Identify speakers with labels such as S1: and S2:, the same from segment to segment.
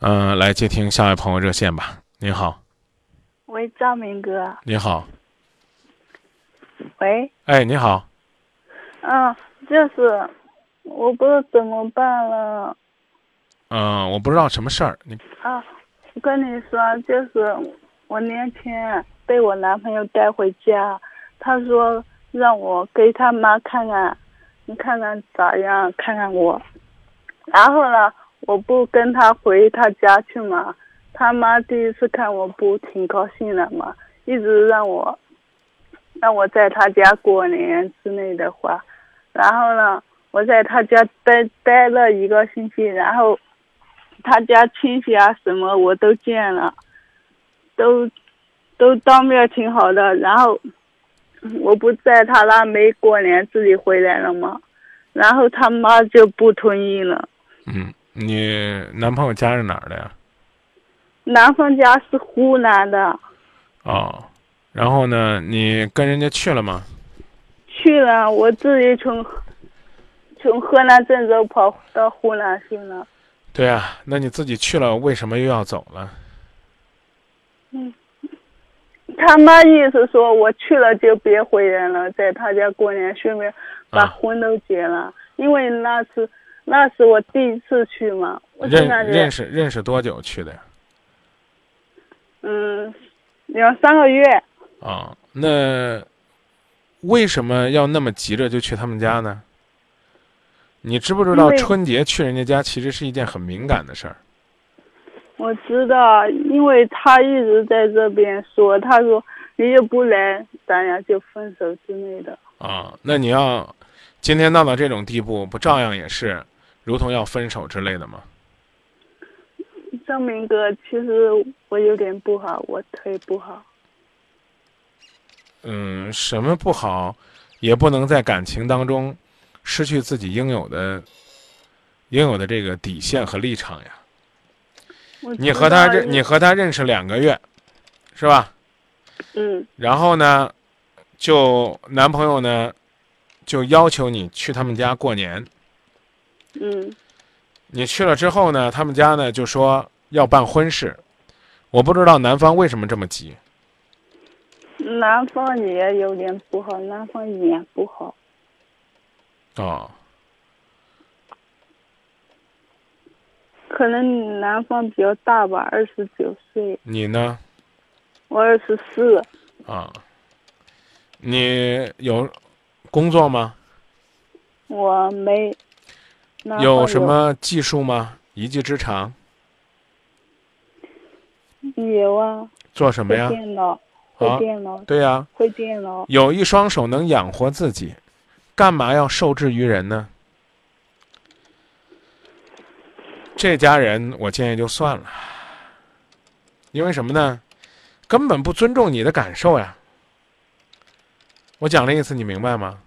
S1: 嗯、来接听下一位朋友热线吧。您好，
S2: 喂，赵明哥，
S1: 您好，
S2: 喂，
S1: 哎，你好，
S2: 嗯，就是，我不知道怎么办了
S1: 嗯、我不知道什么事儿，你
S2: 啊！我跟你说，就是我年前被我男朋友带回家，他说让我给他妈看看，你看看咋样，看看我。然后呢，我不跟他回他家去嘛，他妈第一次看我不挺高兴的嘛，一直让我让我在他家过年之类的话，然后呢，我在他家待待了一个星期，然后他家亲戚啊什么我都见了，都都当面挺好的。然后我不在他那没过年，自己回来了嘛，然后他妈就不同意了。
S1: 嗯，你男朋友家是哪儿的呀？
S2: 男方家是湖南的，
S1: 哦，然后呢，你跟人家去了吗？
S2: 去了我自己从从河南郑州跑到湖南去了。
S1: 对啊，那你自己去了，为什么又要走了？
S2: 他妈意思说我去了就别回来了，在他家过年，顺便
S1: 啊嗯
S2: 把婚都结了。因为那次那是我第一次去嘛，我就
S1: 认
S2: 感觉
S1: 认识认识多久去的呀？
S2: 嗯，两三个月，
S1: 啊，那为什么要那么急着就去他们家呢？你知不知道
S2: 因为
S1: 春节去人家家其实是一件很敏感的事儿？
S2: 我知道，因为他一直在这边说，他说你又不来，咱俩就分手之类的。
S1: 啊，那你要今天闹到这种地步，不照样也是如同要分手之类的吗？
S2: 张明哥，其实我有点不好，我腿不好，
S1: 嗯，什么不好，也不能在感情当中失去自己应有的、应有的这个底线和立场呀。
S2: 我
S1: 你
S2: 知
S1: 和他
S2: 道
S1: 认，你和他认识两个月，是吧？
S2: 嗯
S1: 然后呢，就男朋友呢，就要求你去他们家过年。
S2: 嗯
S1: 你去了之后呢，他们家呢就说要办婚事，我不知道男方为什么这么急。
S2: 南方也有点不好，南方也不好。
S1: 哦，
S2: 可能南方比较大吧，二十九岁，
S1: 你呢？
S2: 我二十四，
S1: 啊，你有工作吗？
S2: 我没。南方
S1: 有什？么技术吗？一技之长
S2: 有啊，
S1: 做什么
S2: 会
S1: 呀？
S2: 电脑，
S1: 啊
S2: 会电脑，
S1: 对呀、
S2: 会电脑。
S1: 有一双手能养活自己，干嘛要受制于人呢？这家人，我建议就算了，因为什么呢？根本不尊重你的感受呀。我讲的意思你明白吗？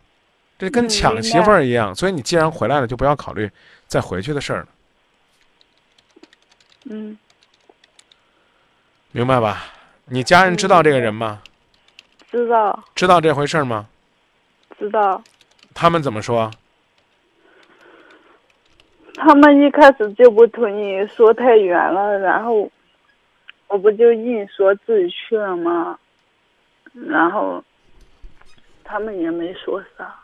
S1: 这跟
S2: 嗯
S1: 抢
S2: 明
S1: 媳
S2: 白
S1: 妇儿一样，所以你既然回来了，就不要考虑再回去的事儿了，
S2: 嗯，
S1: 明白吧？你家人知道这个人吗？
S2: 知道
S1: 知道这回事儿吗？
S2: 知道。
S1: 他们怎么说？
S2: 他们一开始就不同意，说太远了，然后我不就硬说自己去了吗？然后他们也没说啥。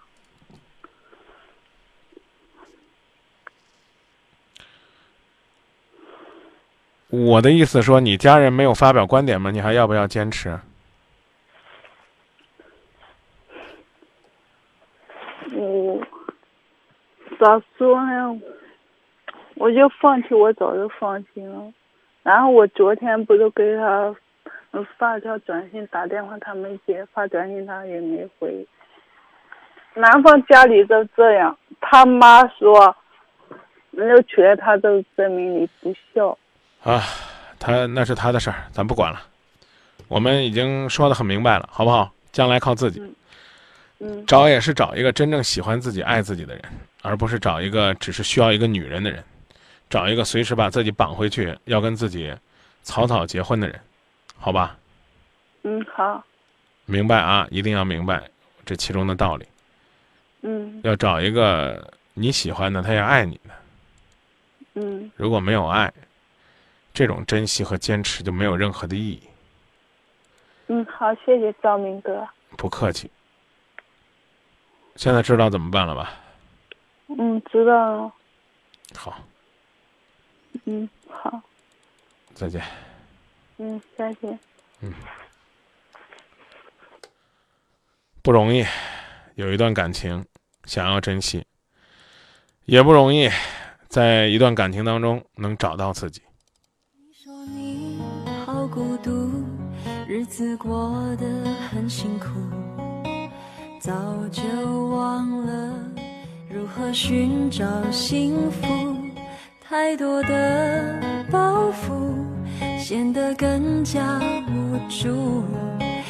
S1: 我的意思说，你家人没有发表观点吗？你还要不要坚持？
S2: 我咋说呢？我就放弃，我早就放弃了。然后我昨天不是给他嗯发条短信打电话，他没接，发短信他也没回。男方家里都这样，他妈说，嗯没有娶了他都证明你不孝。
S1: 啊，他那是他的事儿，咱不管了。我们已经说的很明白了，好不好？将来靠自己，
S2: 嗯
S1: 找也是找一个真正喜欢自己、爱自己的人，而不是找一个只是需要一个女人的人，找一个随时把自己绑回去要跟自己草草结婚的人，好吧？
S2: 嗯，好，
S1: 明白啊，一定要明白这其中的道理，
S2: 嗯
S1: 要找一个你喜欢的，他也爱你的。
S2: 嗯
S1: 如果没有爱，这种珍惜和坚持就没有任何的意义。
S2: 嗯，好，谢谢赵明哥。
S1: 不客气。现在知道怎么办了吧？
S2: 嗯，知道了。
S1: 好，
S2: 嗯，好，
S1: 再见。
S2: 嗯，再见。
S1: 不容易，有一段感情想要珍惜，也不容易，在一段感情当中能找到自己。
S3: 说你好孤独，日子过得很辛苦，早就忘了如何寻找幸福。太多的包袱显得更加无助，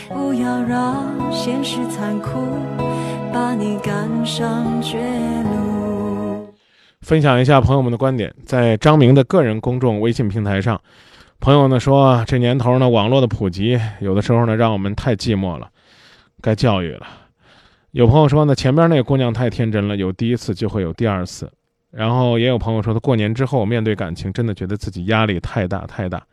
S3: 不要让现实残酷把你赶上绝路。
S1: 分享一下朋友们的观点。在张明的个人公众微信平台上，朋友呢说，这年头呢，网络的普及，有的时候呢，让我们太寂寞了，该教育了。有朋友说呢，前边那个姑娘太天真了，有第一次就会有第二次。然后也有朋友说，他过年之后面对感情，真的觉得自己压力太大太大。